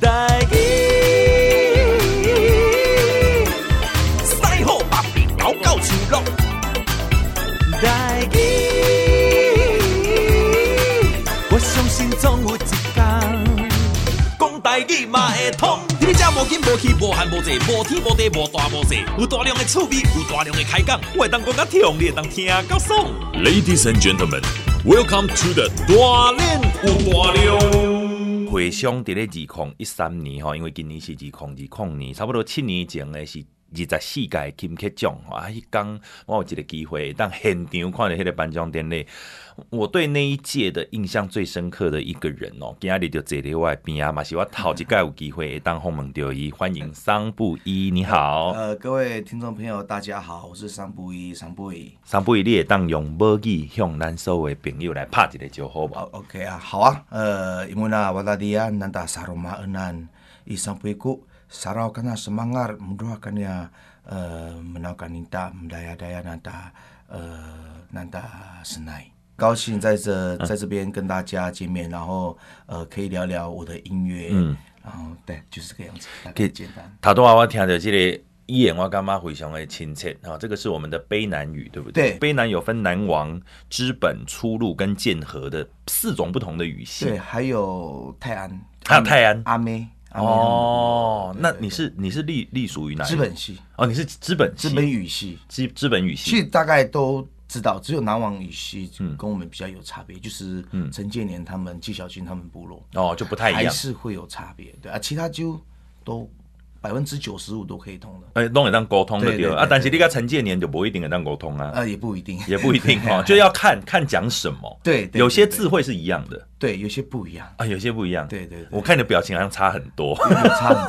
台语，西好北边搞到手落，台语，我相信总有一天。讲台语嘛会通。你这无紧无气无寒无济，无天无地无大无细，有大量的趣味，有大量的开讲，我会当讲甲痛，你会当听到爽。 Ladies and gentlemen, welcome to the 大练有大量。回想伫咧二零一三年吼，因为今年是二零二零年，差不多七年前诶是二十四届金曲奖吼啊，迄工我有一个机会，当现场看着迄个颁奖典礼，我对那一届的印象最深刻的一个人哦，今仔日就坐伫我的边啊，嘛是我头一届有机会会当访问到伊，欢迎桑布伊，你好，呃，各位听众朋友，大家好，我是桑布一，桑布一。桑布伊，你会当用母语向咱所有的朋友来拍一个招呼无？好，OK 啊，好啊。呃，因为呢，我大家难打萨罗马恩安，伊桑布一ku sarau kana semangat mendoakannya uh, menaukan ninta mendaya daya nanta uh, nanta senai。高兴在这嗯在这边跟大家见面，然后呃可以聊聊我的音乐，嗯，然后对，就是这个样子，大概简单。头拄啊，我听着这个语言，我感觉非常的亲切啊、这个是我们的卑南语，对不对？对卑南有分南王、知本、出入跟剑河的四种不同的语系。对，还有泰安，还有啊泰安阿妹，阿妹他们哦，那你是你是隶隶属于哪一资本系。哦，你是资本系资本语系，资资本语其系实大概都知道，只有南王语系嗯跟我们比较有差别，就是陈建年他们、纪晓君他们部落哦，嗯就不太一还样。是会有差别，对啊，其他就都百分之九十五都可以通的，哎，拢会当沟通的对对对了对啊，但是对你跟陈建年就不一定会当沟通啊，呃，也不一定，也不一定哦，就要看看讲什么。 对对有些对对字会是一样的对，有些不一样，啊，有些不一样。对对对我看你的表情好像差很多。有差很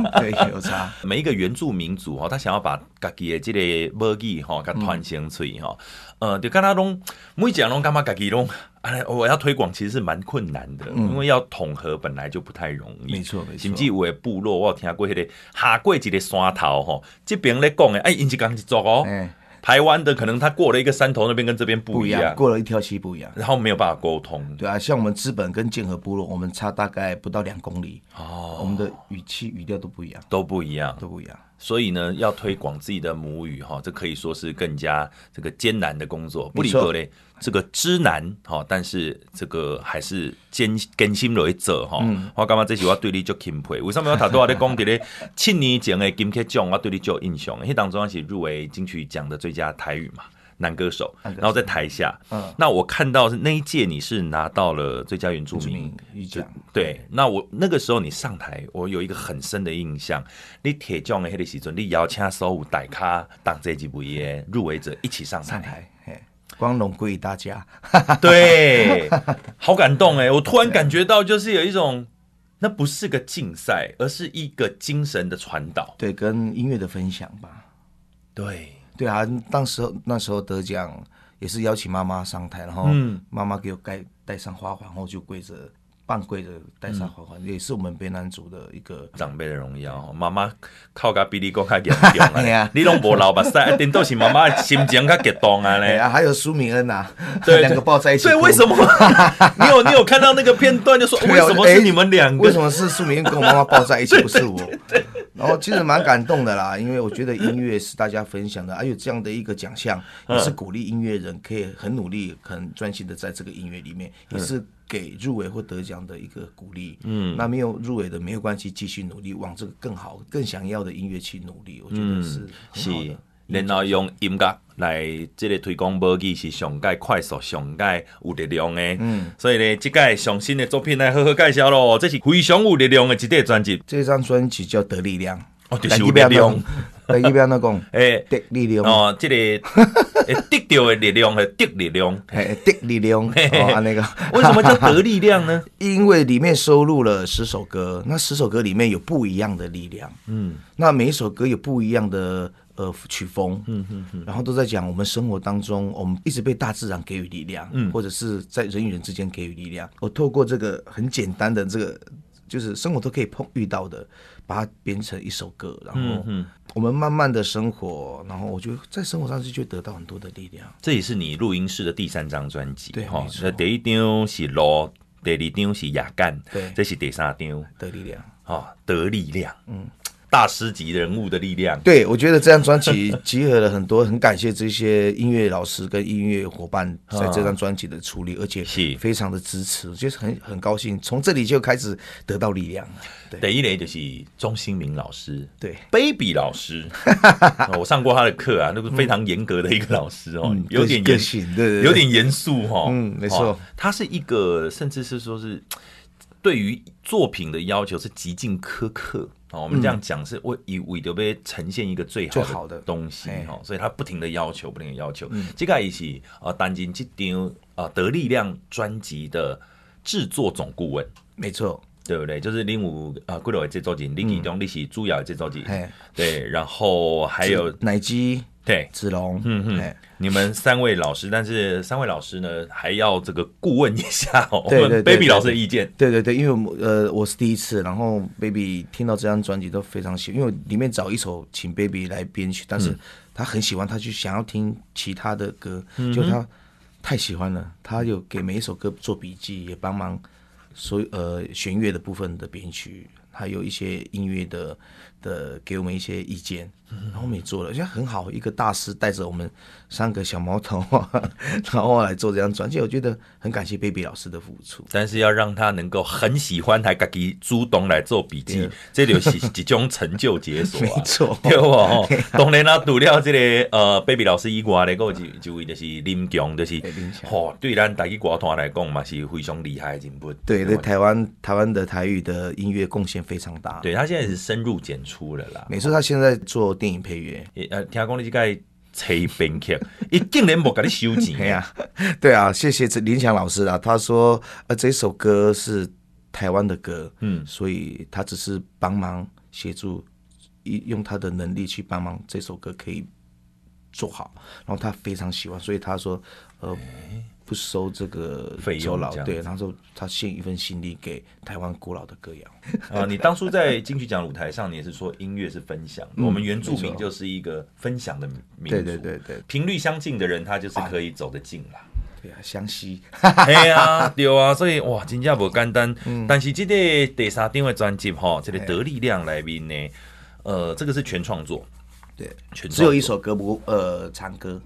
多，对，有差，每一个原住民族吼，他想要把家己的这个母语吼，给传承出去吼，呃，就跟他拢每一个人拢感觉家己拢，哎，我要推广其实是蛮困难的，因为要统合本来就不太容易。嗯没错没错甚至有的部落我有听过迄、个下过一个山头吼，这边咧讲的，哎，因是讲一族哦，哎，台湾的可能他过了一个山头那边跟这边不不一一样，样，过了一条溪不一样。然后没有办法沟通。对啊，像我们资本跟剑河部落，我们差大概不到两公里哦，我们的语气语调都不一样，都不一样，都不一样。所以呢，要推广自己的母语哈，这可以说是更加这个艰难的工作。不离错格嘞，这个知难哈，但是这个还是艰艰辛为者哈。我感觉这是我对你足钦佩。为什么我头拄仔咧讲伫 咧七年前的金曲奖，我对你足有印象的。迄当中我是入围金曲奖的最佳台语嘛。男歌手，然后在台下，嗯那我看到是那一届你是拿到了最佳原住著民名语讲，对，那我那个时候你上台，我有一个很深的印象。你铁匠的迄个时阵，你邀请所有大咖当这几部的入围者一起上台，上台，嘿，光荣归于大家。对， 好感动哎！我突然感觉到，就是有一种，那不是个竞赛，而是一个精神的传导。对，跟音乐的分享吧。对，对啊，当时候那时候得奖也是邀请妈妈上台，然后嗯妈妈给我盖戴上花环，然后就跪着半跪着戴上花嗯环，也是我们北南族的一个。长辈的荣耀，妈妈靠个比你更加严重 啊哎呀！你拢无流目屎，啊顶多是妈妈的心情较激动啊哎嘞。呀，还有苏敏恩呐、对， 两个抱在一起哎哭。对，为什么？ 你有你有看到那个片段，就说 对为啊？什么哎是你们两个？为什么是苏敏恩跟我妈妈抱在 一起，不是我？然后其实蛮感动的啦，因为我觉得音乐是大家分享的，还有这样的一个奖项，也是鼓励音乐人可以很努力、很专心的在这个音乐里面，也是给入围或得奖的一个鼓励。嗯，那没有入围的没有关系，继续努力，往这个更好、更想要的音乐去努力，我觉得是是很好的。，然后用音乐来这个推广母语是上界快速、上界有力量的。嗯，所以呢，这届上新的作品来好好介绍咯。这是非常有力量的一块专辑。这张专辑叫《得力量》，哦就是有力量来一边 那讲，诶、得力量。哦，这个 会得到的力量，和得力量，嘿，得力量，哦，啊那个，为什么叫得力量呢？ 因为里面收录了十首歌，那十首歌里面有不一样的力量，嗯，那每一首歌有不一样的呃曲风，嗯嗯嗯，然后都在讲我们生活当中，我们一直被大自然给予力量，嗯，或者是在人与人之间给予力量。我透过这个很简单的这个，就是生活都可以碰遇到的，把它编成一首歌，然后我们慢慢的生活，然后我觉得在生活上就就得到很多的力量。这也是你录音室的第三张专辑，对哈没。错那第一张是路，第二张是雅干，对这是第三张。的力量，啊的力量，嗯，大师级人物的力量，对，我觉得这张专辑 集合了很多，很感谢这些音乐老师跟音乐伙伴在这张专辑的处理，而且啊是非常的支持，就是很很高兴，从这里就开始得到力量了。对第一类就是钟兴明老师，对，baby 老师， 哦我上过他的课啊，那个非常严格的一个老师哦，有点嗯个严，性对对对有点严肃哈，嗯没错哦，他是一个甚至是说是对于作品的要求是极尽苛刻。哦，我们这样讲是为以为的被呈现一个最嗯最好好的的嗯东西哎哦，所以他不停的要求，不停的要求。这个也是啊，担任这张啊得力量专辑的制作总顾问。没错，对不对？就是零五啊，贵楼的制作集，林启中、利息主要的制作集嗯嘿，对，然后还有奶鸡、对，子龙，嗯嗯哎，你们三位老师，但是三位老师呢，还要这个顾问一下哦，对对对问对 baby 老师的意见，对对对，因为我们呃我是第一次，然后 Baby 听到这张专辑都非常喜欢，因为里面找一首请 Baby 来编曲，但是嗯他很喜欢，他就想要听其他的歌，就他太喜欢了，他有给每一首歌做笔记，也帮忙所有呃弦乐的部分的编曲，还有一些音乐的的给我们一些意见，然后我们也做了，现在很好，一个大师带着我们三个小毛头， 然后来做这张专辑，我觉得很感谢 Baby 老师的付出。但是要让他能够很喜欢，还自己主动来做笔记，这就是一种成就解 锁啊， 没错对不？ 哦当然啦，除了这个呃 baby 老师以外咧，还有一一位就是林强，就是哎林强吼，对咱台语歌坛来讲嘛是非常厉害的人物，对，对吧台湾台湾的台语的音乐贡献非常大。，对他现在是深入简出了啦。没错，他现在做电影配乐。也呃，听讲你这个吹编曲，伊竟然无给你收 钱。哎呀，对啊，谢谢这林强老师啦。他说，呃，这首歌是台湾的歌，嗯所以他只是帮忙协助，一用他的能力去帮忙这首歌可以做好。然后他非常喜欢，所以他说，呃，不收这个哎费用酬劳这样对，他说他献一份心力给台湾古老的歌谣。啊！你当初在金曲奖舞台上，你也是说音乐是分享，我们原住民就是一个分享的民族，嗯对对对对啊频率相近的人，他就是可以走得近 啦。对啊，湘西。哎呀，对啊，所以哇，真正无简单。嗯但是这个第三张的专辑吼，这个得力量来宾呢，呃，这个是全创作，对，全创作只有一首歌不呃长歌，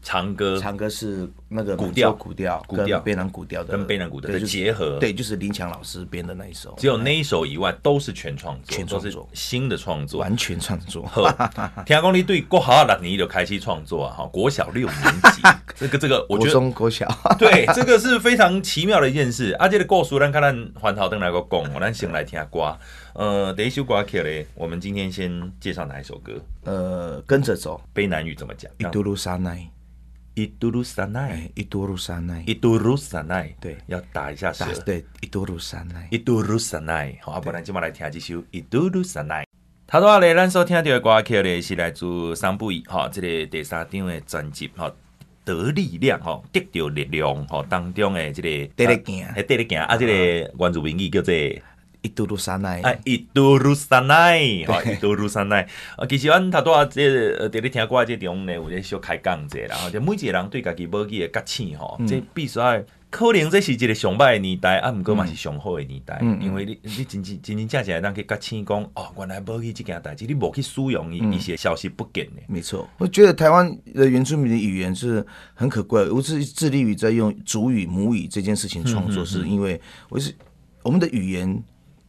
长歌，长歌是那个嗯古调满洲古调古调跟贝南古调的跟卑南古调对的就是结合对，就是林强老师编的那一首，只有那一首以外都是全创作，全都创是作新的创作。完全创作。好，听讲你对国小六年就开始创作啊，哈，国小六年 级，这个这个， 我国觉得中国小， 对，这个是非常奇妙的一件事。啊，这个故事咱看咱环头灯来个讲，咱先来听歌。呃，第一首歌曲嘞，我们今天先介绍哪一首歌？呃，跟着走，卑南语怎么讲？啊一嘟噜沙奈，嗯一嘟噜萨奈，哎，一嘟噜沙奈一，嘟噜萨奈，对要打一下舌打。对，一嘟噜沙奈一，嘟噜萨奈，好，啊，不然今嘛来听这首一嘟噜萨奈。头拄仔咧，咱所听到的歌曲咧是来自桑布伊吼，即、个第三张的专辑吼，得力量吼，得到力量吼当中的即、个得力行诶，得力行啊，即、个原住民语叫做一嘟噜沙奈，啊，伊都鲁萨奈， 吼，伊都鲁萨奈。啊，其实咱头拄啊，即呃，伫咧听歌即中呢，有咧小开讲者啦，吼，就每一个人对家己母语的觉醒嗯吼，这必须爱。可能这是一个上歹的年代，啊，毋过嘛是上好的年代，嗯因为你你真真真真正正会当去觉醒讲，哦，原来母语即件代志，你无去使嗯用伊，伊是会消失不见的。没错，我觉得台湾的原住民的语言是很可贵的。我是致力于在用主语、母语这件事情创作，是因为我是我们的语言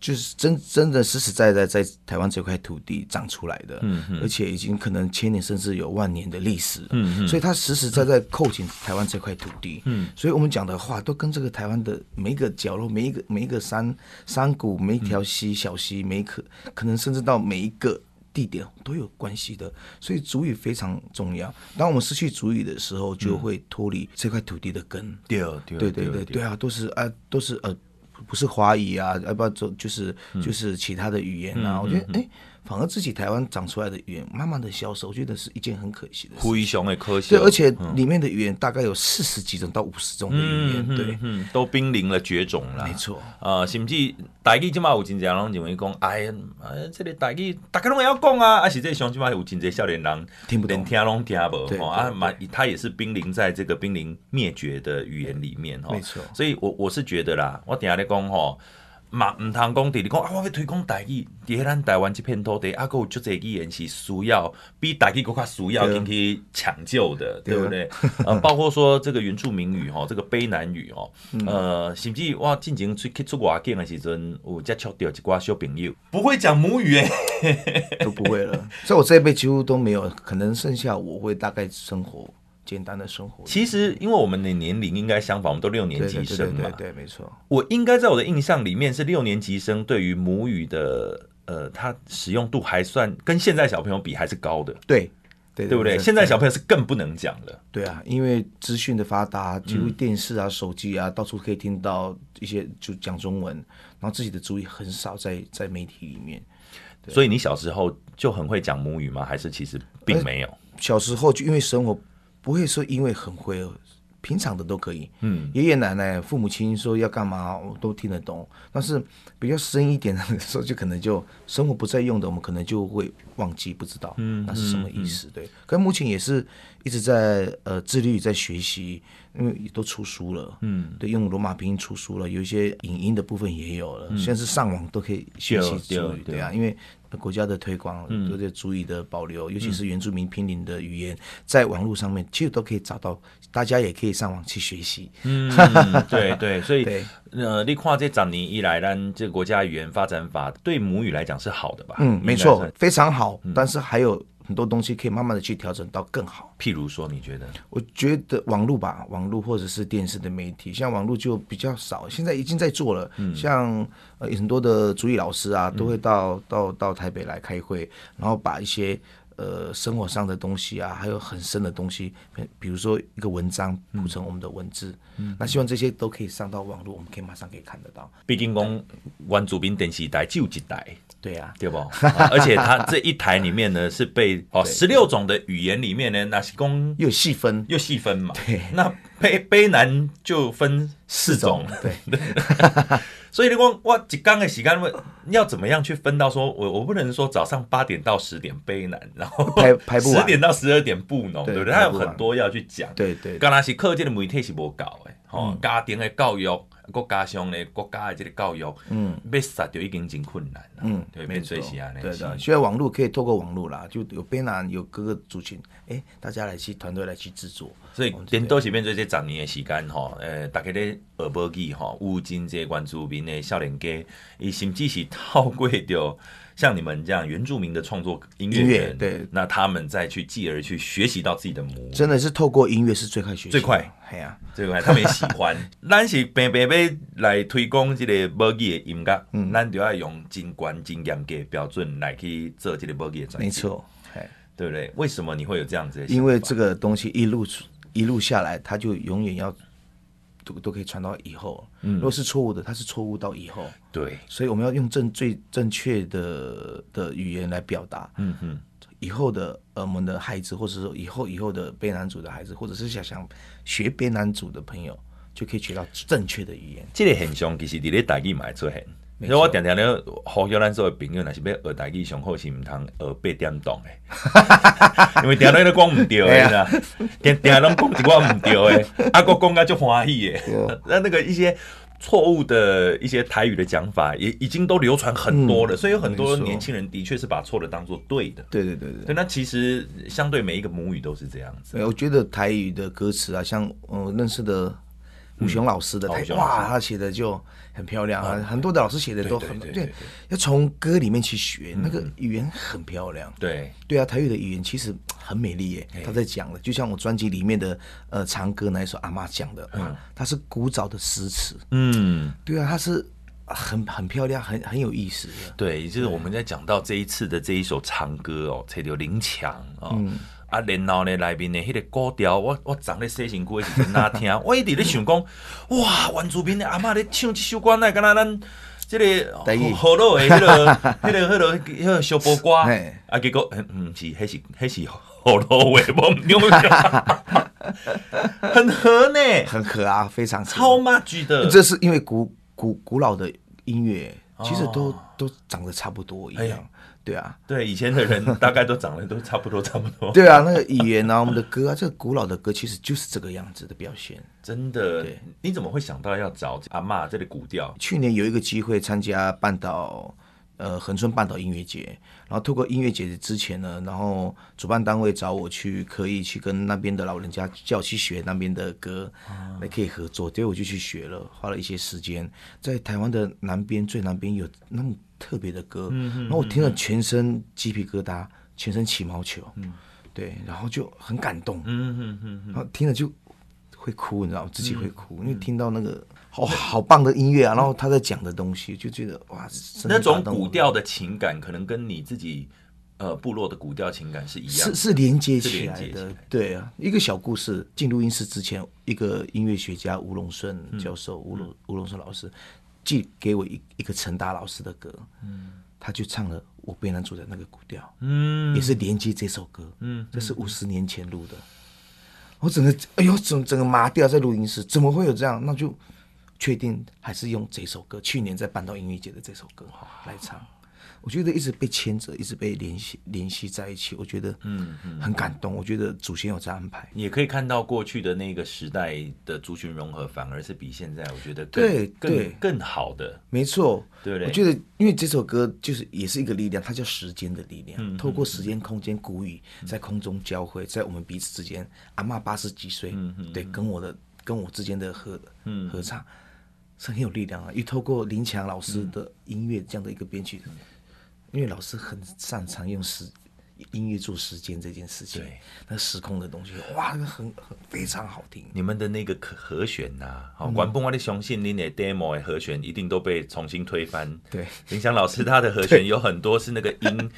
就是真真的实实在在在台湾这块土地长出来的，而且已经可能千年甚至有万年的历史，所以它实实在在扣紧台湾这块土地，所以我们讲的话都跟这个台湾的每一个角落、每一个每一个山山谷、每一条溪、小溪、每一可可能甚至到每一个。地点都有关系的，所以主语非常重要。当我们失去主语的时候，就会脱离这块土地的根。嗯对对对对对啊，都是啊，都是呃，不是华语啊，要不要做就是嗯就是其他的语言啊？我觉得哎，反而自己台湾长出来的语言慢慢的消失，我觉得是一件很可惜的事。灰熊的可惜。对，而且里面的语言大概有四十几种到五十种的语言，对，嗯嗯，都濒临了绝种啦。没错呃，甚至台语即马有真侪人拢认为讲，哎呀，哎，这个台语大家拢会晓讲啊，啊，实际上即马有真侪少年人听不懂连听拢听无吼，对对啊，嘛，他也是濒临在这个濒临灭绝的语言里面吼，没错所以我我是觉得啦，我等下咧讲吼。嘛毋通讲伫你讲啊，我要推广台语，伫迄咱台湾即片土地，啊，佫有足侪语言是需要比台语佫较需要进去抢救的，对对啊不 对？呃，包括说这个原住民语吼，这个卑南语吼，呃，甚至我进前出去出外景的时阵，有接触到一寡小朋友不会讲母语诶，都不会了。在我这一辈几乎都没有，可能剩下我会大概生活简单的生活。其实因为我们的年龄应该相仿，我们都六年对级对对生对嘛，对对，没错。我应该在我的印象里面是六年级生对于母语的呃，它使用度还算跟现在小朋友比还是高的，对对对不对？现在小朋友是更不能讲了。对啊，因为资讯的发达，几嗯乎电视啊、手机啊，到处可以听到一些就讲中文，然后自己的注意很少在在媒体里面。所以你小时候就很会讲母语吗？还是其实并没有？小时候就因为生活不会说因为很会，平常的都可以。嗯，爷爷奶奶、父母亲说要干嘛，我都听得懂。但是比较深一点的时候，就可能就生活不再用的，我们可能就会忘记，不知道那是什么意思。对，可目前也是一直在呃致力于在学习，因为都出书了。嗯，对，用罗马拼音出书了，有一些影音的部分也有了，现在是上网都可以学习对主语，对对啊，因为国家的推广，对对主语的保留，尤其是原住民拼领的语言，在网络上面其实都可以找到，大家也可以上网去学习。嗯， 对对，所以对呃，你看这十年以来，咱这个国家语言发展法对母语来讲是好的吧？嗯，没应该错算，非常好，但是还有很多东西可以慢慢的去调整到更好。譬如说，你觉得我觉得网络吧，网络或者是电视的媒体，像网络就比较少，现在已经在做了。像呃很多的主语老师啊，都会到、到到台北来开会，然后把一些呃生活上的东西啊，还有很深的东西，比比如说一个文章谱成我们的文字，那希望这些都可以上到网络，我们可以马上可以看得到。毕竟讲原住民电视台只有一台。对啊，对不？啊而且它这一台里面呢是被哦十六种的语言里面呢，那是公又有细分又细分嘛。对那卑卑南就分四种，对所以你光哇，几刚的洗干净，要怎么样去分到说，我我不能说早上八点到十点卑南，然后排排不完十点到十二点布农，对对不对？它有排不完很多要去讲。对对嗯刚若是课界的媒体是无够的，吼、家庭的教育，国加上咧国家的这个教育，嗯，要杀掉已经真困难了，嗯，对，面对是安尼，对的，是现在网络可以透过网络啦，就有边栏有各个族群，哎，大家来去团队来去制作，所以我们就颠倒是变做这十年的时间吼，呃，大家咧学母语吼，有真济原住民的少年家，伊甚至是透过着 像你们这样原住民的创作音乐音乐人，对那他们再去继而去学习到自己的母语，真的是透过音乐是最快学习的，最快哎呀、这个他们也喜 欢。咱是平平要来推广这个母语的音乐，嗯咱就要用真悬真严格的标准来去做这个母语的专辑，没，错，哎，对不对？为什么你会有这样子的想法？因为这个东西一路一路下来，它就永远要都都可以传到以后。如果是错误的，它是错误到以后，对。所以我们要用正最正确的的语言来表达。嗯嗯。以后的呃，我们的孩子，或者说以后以后的卑南族的孩子，或者是想想学卑南族的朋友，就可以学到正确的语言。这个现象其实伫咧台语嘛会出现。因为我常常咧呼吁咱所有朋友，若是要学台语，上好是毋通学八点档诶， 因为常常咧讲毋对诶啦，常常拢讲一寡毋对诶，啊，佫讲甲足欢喜诶。 那那个一些错误的一些台语的讲法，也已经都流传很多了，所以有很多没错年轻人的确是把错的当做对的。对对对对。对，那其实相对每一个母语都是这样子。对，我觉得台语的歌词啊，像我认识的武雄老师的哦台武，雄老哇，师哦他写的就很漂亮啊，很多的老师写的都很对对对对对嗯要从歌里面去学，那个语言很漂亮。对，对啊，台语的语言其实很美丽耶。他在讲的，就像我专辑里面的呃长歌那一首阿妈讲的，哇，它是古早的诗词。嗯。对啊，它是很很漂亮，很很有意思的。对，就是我们在讲到这一次的这一首长歌哦，吹到林强哦。嗯啊，然后呢，内面的迄个古调，我我昨咧洗身躯的时阵哪听，我一直咧想讲，哇，原住民的阿嬷咧唱这首歌，那敢若咱即个台语好老的迄 个、迄个、迄个、迄个小波歌嘿，啊，结果嗯，毋是，迄是迄是好老的，无毋 对，很合呢，很合啊，非常合超 match 的，这是因为古古古老的音乐其实都、都长得差不多一样，对啊，对，以前的人大概都长得都差不多，差不多。对啊，那个语言啊，我们的歌啊，这个古老的歌其实就是这个样子的表现。真的对，你怎么会想到要找阿嬷这个古调？去年有一个机会参加半岛，呃，恒春半岛音乐节，然后透过音乐节之前呢，然后主办单位找我去，可以去跟那边的老人家叫我去学那边的歌，那、可以合作，结果我就去学了，花了一些时间，在台湾的南边最南边有那么特别的歌，然后我听了全身鸡皮疙瘩，全身起毛球，对，然后就很感动，然后听了就会哭，你知道吗？自己会哭，因为听到那个哦，好棒的音乐啊，然后他在讲的东西，就觉得哇，深深那种打动我古调的情感，可能跟你自己呃部落的古调情感是一样是的。是连接是起连来接起的来，对啊，一个小故事。进录音室之前，一个音乐学家吴龙顺教授，吴龙吴龙顺老师寄给我一一个陈达老师的歌，他就唱了我被男主的那个古调，嗯，也是连接这首歌，嗯，这是五十年前录的，我整个哎呦，整整个麻掉在录音室，怎么会有这样？那就确定还是用这首歌，去年在半岛音乐节的这首歌来唱。我觉得一直被牵着，一直被联系联系在一起，我觉得嗯很感动。我觉得祖先有这样安排，也可以看到过去的那个时代的族群融合，反而是比现在我觉得更对对更更好的。没错，对不对我觉得，因为这首歌就是也是一个力量，它叫时间的力量，嗯透过时间、空间、古语在空中交汇，在我们彼此之间，阿嬷八十几岁，嗯对，跟我的跟我之间的合、合唱是很有力量啊。又透过林强老师的音乐这样的一个编曲，嗯因为老师很擅长用时音乐做时间这件事情对，那时空的东西，哇，那个很很非常好听。你们的那个和和弦呐、好、哦，管不管你相信你的 demo 的和弦一定都被重新推翻。对，林祥老师他的和弦有很多是那个音，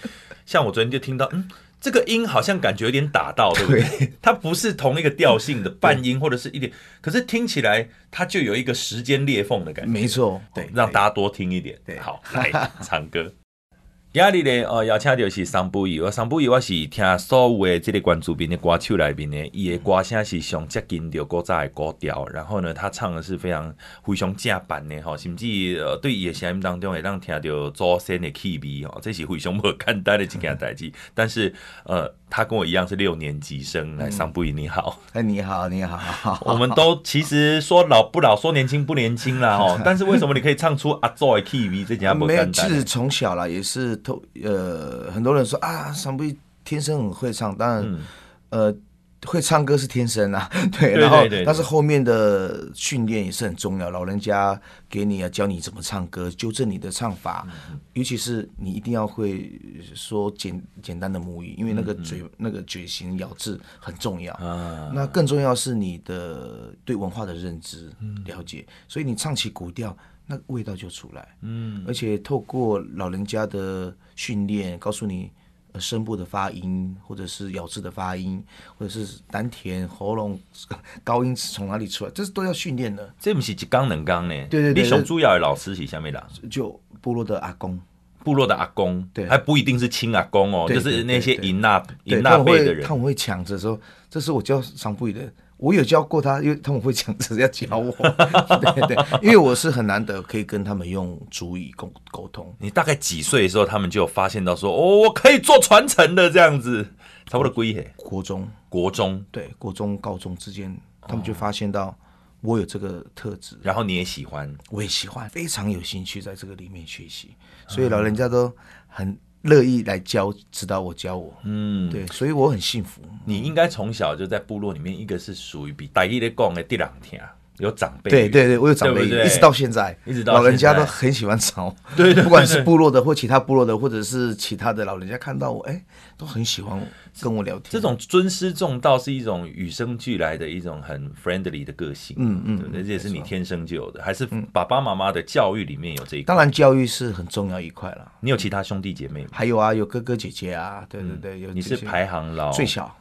像我昨天就听到，嗯，这个音好像感觉有点打到，对不对？它不是同一个调性的半音或者是一点，可是听起来它就有一个时间裂缝的感觉。没错，对，哦让大家多听一点。对好，来 唱歌。今日咧，呃，邀请到是桑布伊，我哦桑布伊我是听所有的这个关注民的歌手里面呢，伊的歌声是上接近着古早的古调，然后呢，他唱的是非常非常正版的吼，甚至呃对伊的声音当中会让听到祖先的气味吼，这是非常无简单的一件代志。但是呃，他跟我一样是六年级生，嗯来桑布伊你好。哎，你好，你好， 我们都其实说老不老，说年轻不年轻 啦哦。但是为什么你可以唱出阿 Joy TV 这家不没有，简其单？实从小啦也是透呃，很多人说啊，桑布天生很会唱，当嗯然、呃会唱歌是天生啊， 对，对然后对对但是后面的训练也是很重要，老人家给你啊教你怎么唱歌，纠正你的唱法，嗯尤其是你一定要会说简简单的母语，因为那个嘴、那个嘴型咬字很重要啊那更重要是你的对文化的认知了解，所以你唱起古调，那个味道就出来。嗯，而且透过老人家的训练，告诉你呃声部的发音，或者是咬字的发音，或者是丹田、喉咙高音从哪里出来，这是都要训练的。这不是一刚能刚呢？对对对你熊主要的老师是下面啦，就部落的阿公，部落的阿公，对还不一定是亲阿公哦，对就是那些对对对银纳对银纳他们辈会的人他。们会抢着说，这是我教长不语的。我有教过他，因为他们会抢着要 教我，对对，因为我是很难得可以跟他们用主语沟沟通，你大概几岁的时候，他们就有发现到说，哦，我可以做传承的这样子，差不多归嘿，国中国中，对国中高中之间，他们就发现到我有这个特质，然后你也喜欢，我也喜欢，非常有兴趣在这个里面学习，所以老人家都很乐意来教指导我教我，嗯，对，所以我很幸福。你应该从小就在部落里面，一个是属于比大一的讲的第两天有长辈，对对对，我有长辈对不对一直到现在，一直到老人家现在都很喜欢找我， 对对对不管是部落的或其他部落的，或者是其他的老人家看到我，哎，都很喜欢我跟我聊天。这种尊师重道是一种与生俱来的一种很 friendly 的个性，嗯嗯，对不对，这也是你天生就有的，还是爸爸妈妈的教育里面有这一块。当然教育是很重要一块了，你有其他兄弟姐妹吗？还有啊，有哥哥姐姐啊，对对对，有嗯你是这些排行老最，小，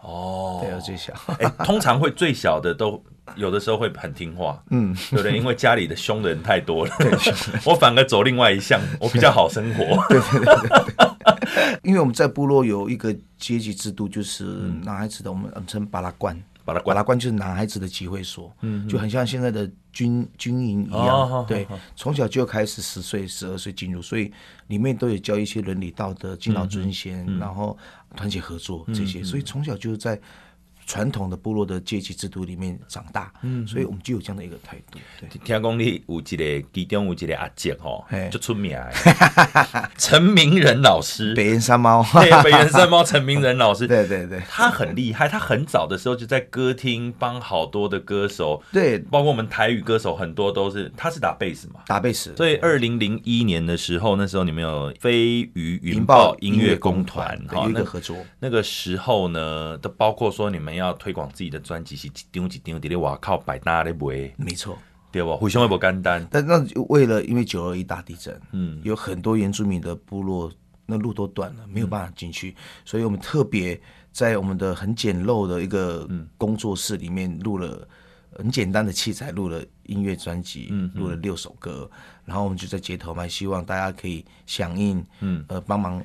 哦对，有最小。 哎，通常会最小的都有的时候会很听话，嗯，对不对？因为家里的凶的人太多了， 我反而走另外一项，我比较好生活。嗯因为我们在部落有一个阶级制度，就是男孩子的，我们我们称巴拉冠，把它瓦关拉关就是男孩子的集会所，就很像现在的军军营一嗯哦好样。对，从小就开始十岁、十二岁进入，所以里面都有教一些伦理道德、敬老嗯尊贤，然后团结合作这些，所以从小就在。传统的部落的阶级制度里面长大，嗯所以我们就有这样的一个态度。对，听讲你有一个，其中有一个阿姐吼嘿，就出名的，陈明仁老师，北岩山 猫，对，北原山猫陈明仁老师， 对对对他很厉害，他很早的时候就在歌厅帮好多的歌手，对包括我们台语歌手很多都是，他是打贝斯嘛。打贝斯，所以，二零零一年的时候，那时候你们有飞鱼云云豹豹音乐工团对哈有一那个合作。那个时候呢，都包括说你们要推广自己的专辑是一张一张的咧外靠百搭咧卖，没错。对不？非常不简单，但那就为了因为九二一大地震，嗯，有很多原住民的部落那路都断了，嗯没有办法进去，所以我们特别在我们的很简陋的一个嗯工作室里面录了。很简单的器材录了音乐专辑，嗯录了六首歌，然后我们就在街头卖，希望大家可以响应，嗯，呃，帮忙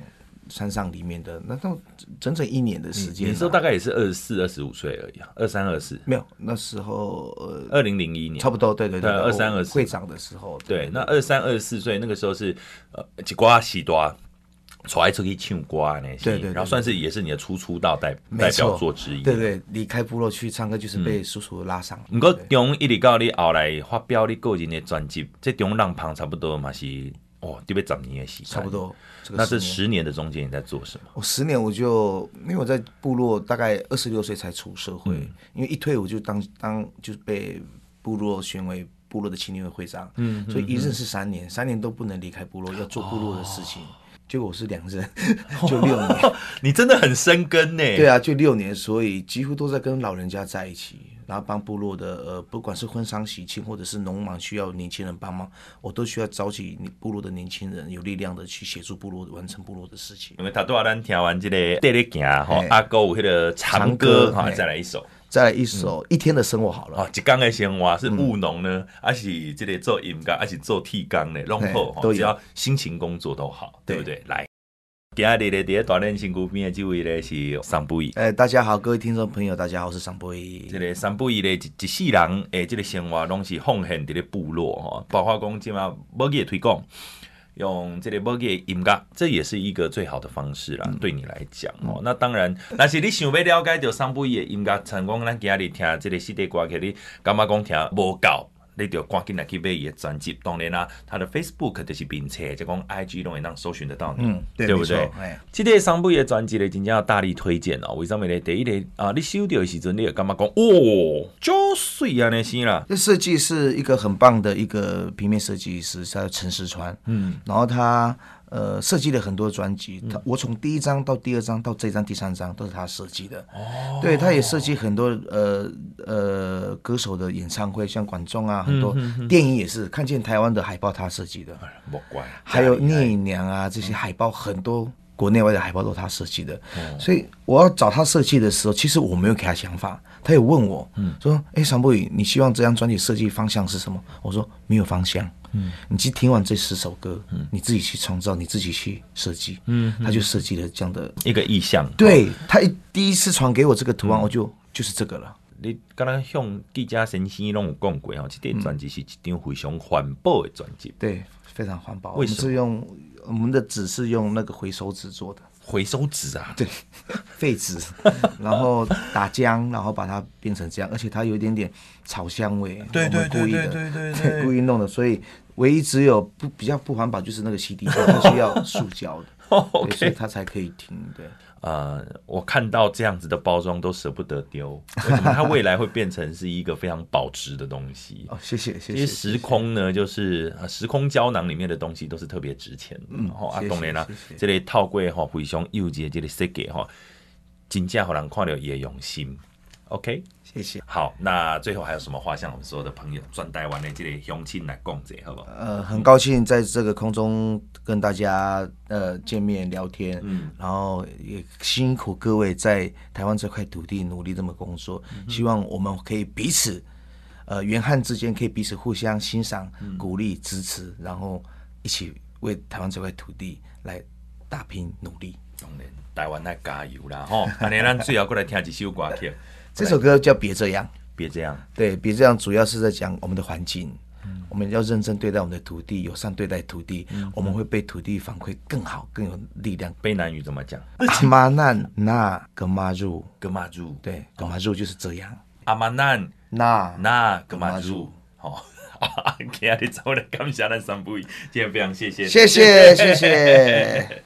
山上里面的那到整整一年的时间啊、你说大概也是二十四、二十五岁而已啊，二三、二四，没有？那时候呃，二零零一年差不多，对对对，对我2324会长的时候，对，那二三二四岁那个时候是呃一瓜西多，出出去唱歌呢，是对对对然后算是也是你的初出道代代没错表作之一。嗯对对，离开部落去唱歌就是被叔叔拉上来。不过中一直到你后来发表你个人的专辑，这中浪旁差不多嘛是哦，得要十年的时间，差不。多，这个哎那这十十年年的中间你在做什么？我十年我就因为我在部落大概二十六岁才出社会，嗯因为一退伍就当当就是被部落选为部落的青年会会长，嗯，所以一任是三年，三年都不能离开部落，要做部落的事哦情。结果我是两 任，就六年。你真的很深根呢。对啊，啊，就六年，所以几乎都在跟老人家在一起，然后帮部落的呃，不管是婚丧喜庆，或者是农忙需要年轻人帮忙，我都需要找起你部落的年轻人，有力量的去协助部落完成部落的事情。因为他都要咱听完这个带你行吼嘿，阿哥有迄个长长歌歌哈，嘿再来一首。再来一首《嗯一天的生活》好了，哦，一工的生活嗯是务农呢，还是这个做音乐，还是做剃工呢？弄好嘿吼，都有只要心情工作都好，对对不对？来，今日咧伫大练身躯边的这位咧是桑布伊，呃，大家好，各位听众朋友，大家好，我是尚波这一。个桑布伊咧一一世人诶，这个生活拢是奉献伫咧部落吼，包括讲即嘛母语的推广。用这个母语的音乐，这也是一个最好的方式啦，嗯对你来讲哦。那当然，但是你想要了解到桑布伊的音乐，成功咱今日听这个四地歌曲，你感觉讲听无够。你就赶紧来去买伊的专辑，当然啦、他的 Facebook 就是并且就讲 IG 拢会当搜寻得到你，嗯对不对没错哎？这个桑布伊的专辑咧，真正要大力推荐哦。为什么咧？第一个啊，你收到的时阵，你会感觉讲，哦，就水安尼是啦，这设计是一个很棒的一个平面设计师，他叫陈石川。嗯，然后他呃设计了很多专辑，他我从第一张到第二张到这张第三张都是他设计的。哦，对，他也设计很多呃呃歌手的演唱会，像管仲啊，很多电影也是，看见台湾的海报他设计的。哎莫怪。还有聂隐娘啊，嗯这些海报很多国内外的海报都是他设计的，嗯所以我要找他设计的时候，其实我没有给他想法，他也问我，嗯说：“哎，常博宇，你希望这张专辑设计方向是什么？”我说：“没有方向，嗯你去听完这十首歌，你自己去创造，你自己去设计。”嗯他就设计了这样的，一个意向，对他一第一次传给我这个图嗯案，我就就是这个了。你敢若向记者先生拢有讲过吼，即个专辑是一张非常环保的专辑，对，非常环保。我为们什么是用我们的纸是用那个回收纸做的，回收纸啊，对， 废纸，然后打浆，然后把它变成这样，而且它有一点点草香味，对对我们故意对的对对对对故意弄的，所以唯一只有不比较不环保就是那个 CD，它是要塑胶的 OK 对所以它才可以停，对，呃，我看到这样子的包装都舍不得丢，为什么它未来会变成是一个非常保值的东西？哦，谢谢谢其实谢，时空呢，就是呃时空胶囊里面的东西都是特别值钱的。然后啊，嗯谢谢当然啦谢谢，这类套柜哈，非常幼稚的这个设计哈，真正让人看到伊的用心。OK，谢谢。好，那最后还有什么话向我们所有的朋友、转台湾的这类乡亲来讲者，好不好？呃，很高兴在这个空中跟大家呃见面聊天，嗯，然后也辛苦各位在台湾这块土地努力这么工作，希望我们可以彼此，呃，原汉之间可以彼此互相欣赏、鼓励、支持，然后一起为台湾这块土地来打拼努力。当然，台湾来加油啦吼！ 安尼咱最后过来听一首歌曲，这首歌叫《别这样》。别这样，对，别这样，主要是在讲我们的环境，我们要认真对待我们的土地，友善对待土地，我们会被土地反馈更好，更有力量。卑南语怎么讲？阿妈难那格玛入，格玛珠，对，格玛入就是这样。阿玛南那那格玛珠，吼。 啊，今日走来感谢咱三位，今天非常谢谢，谢谢谢谢。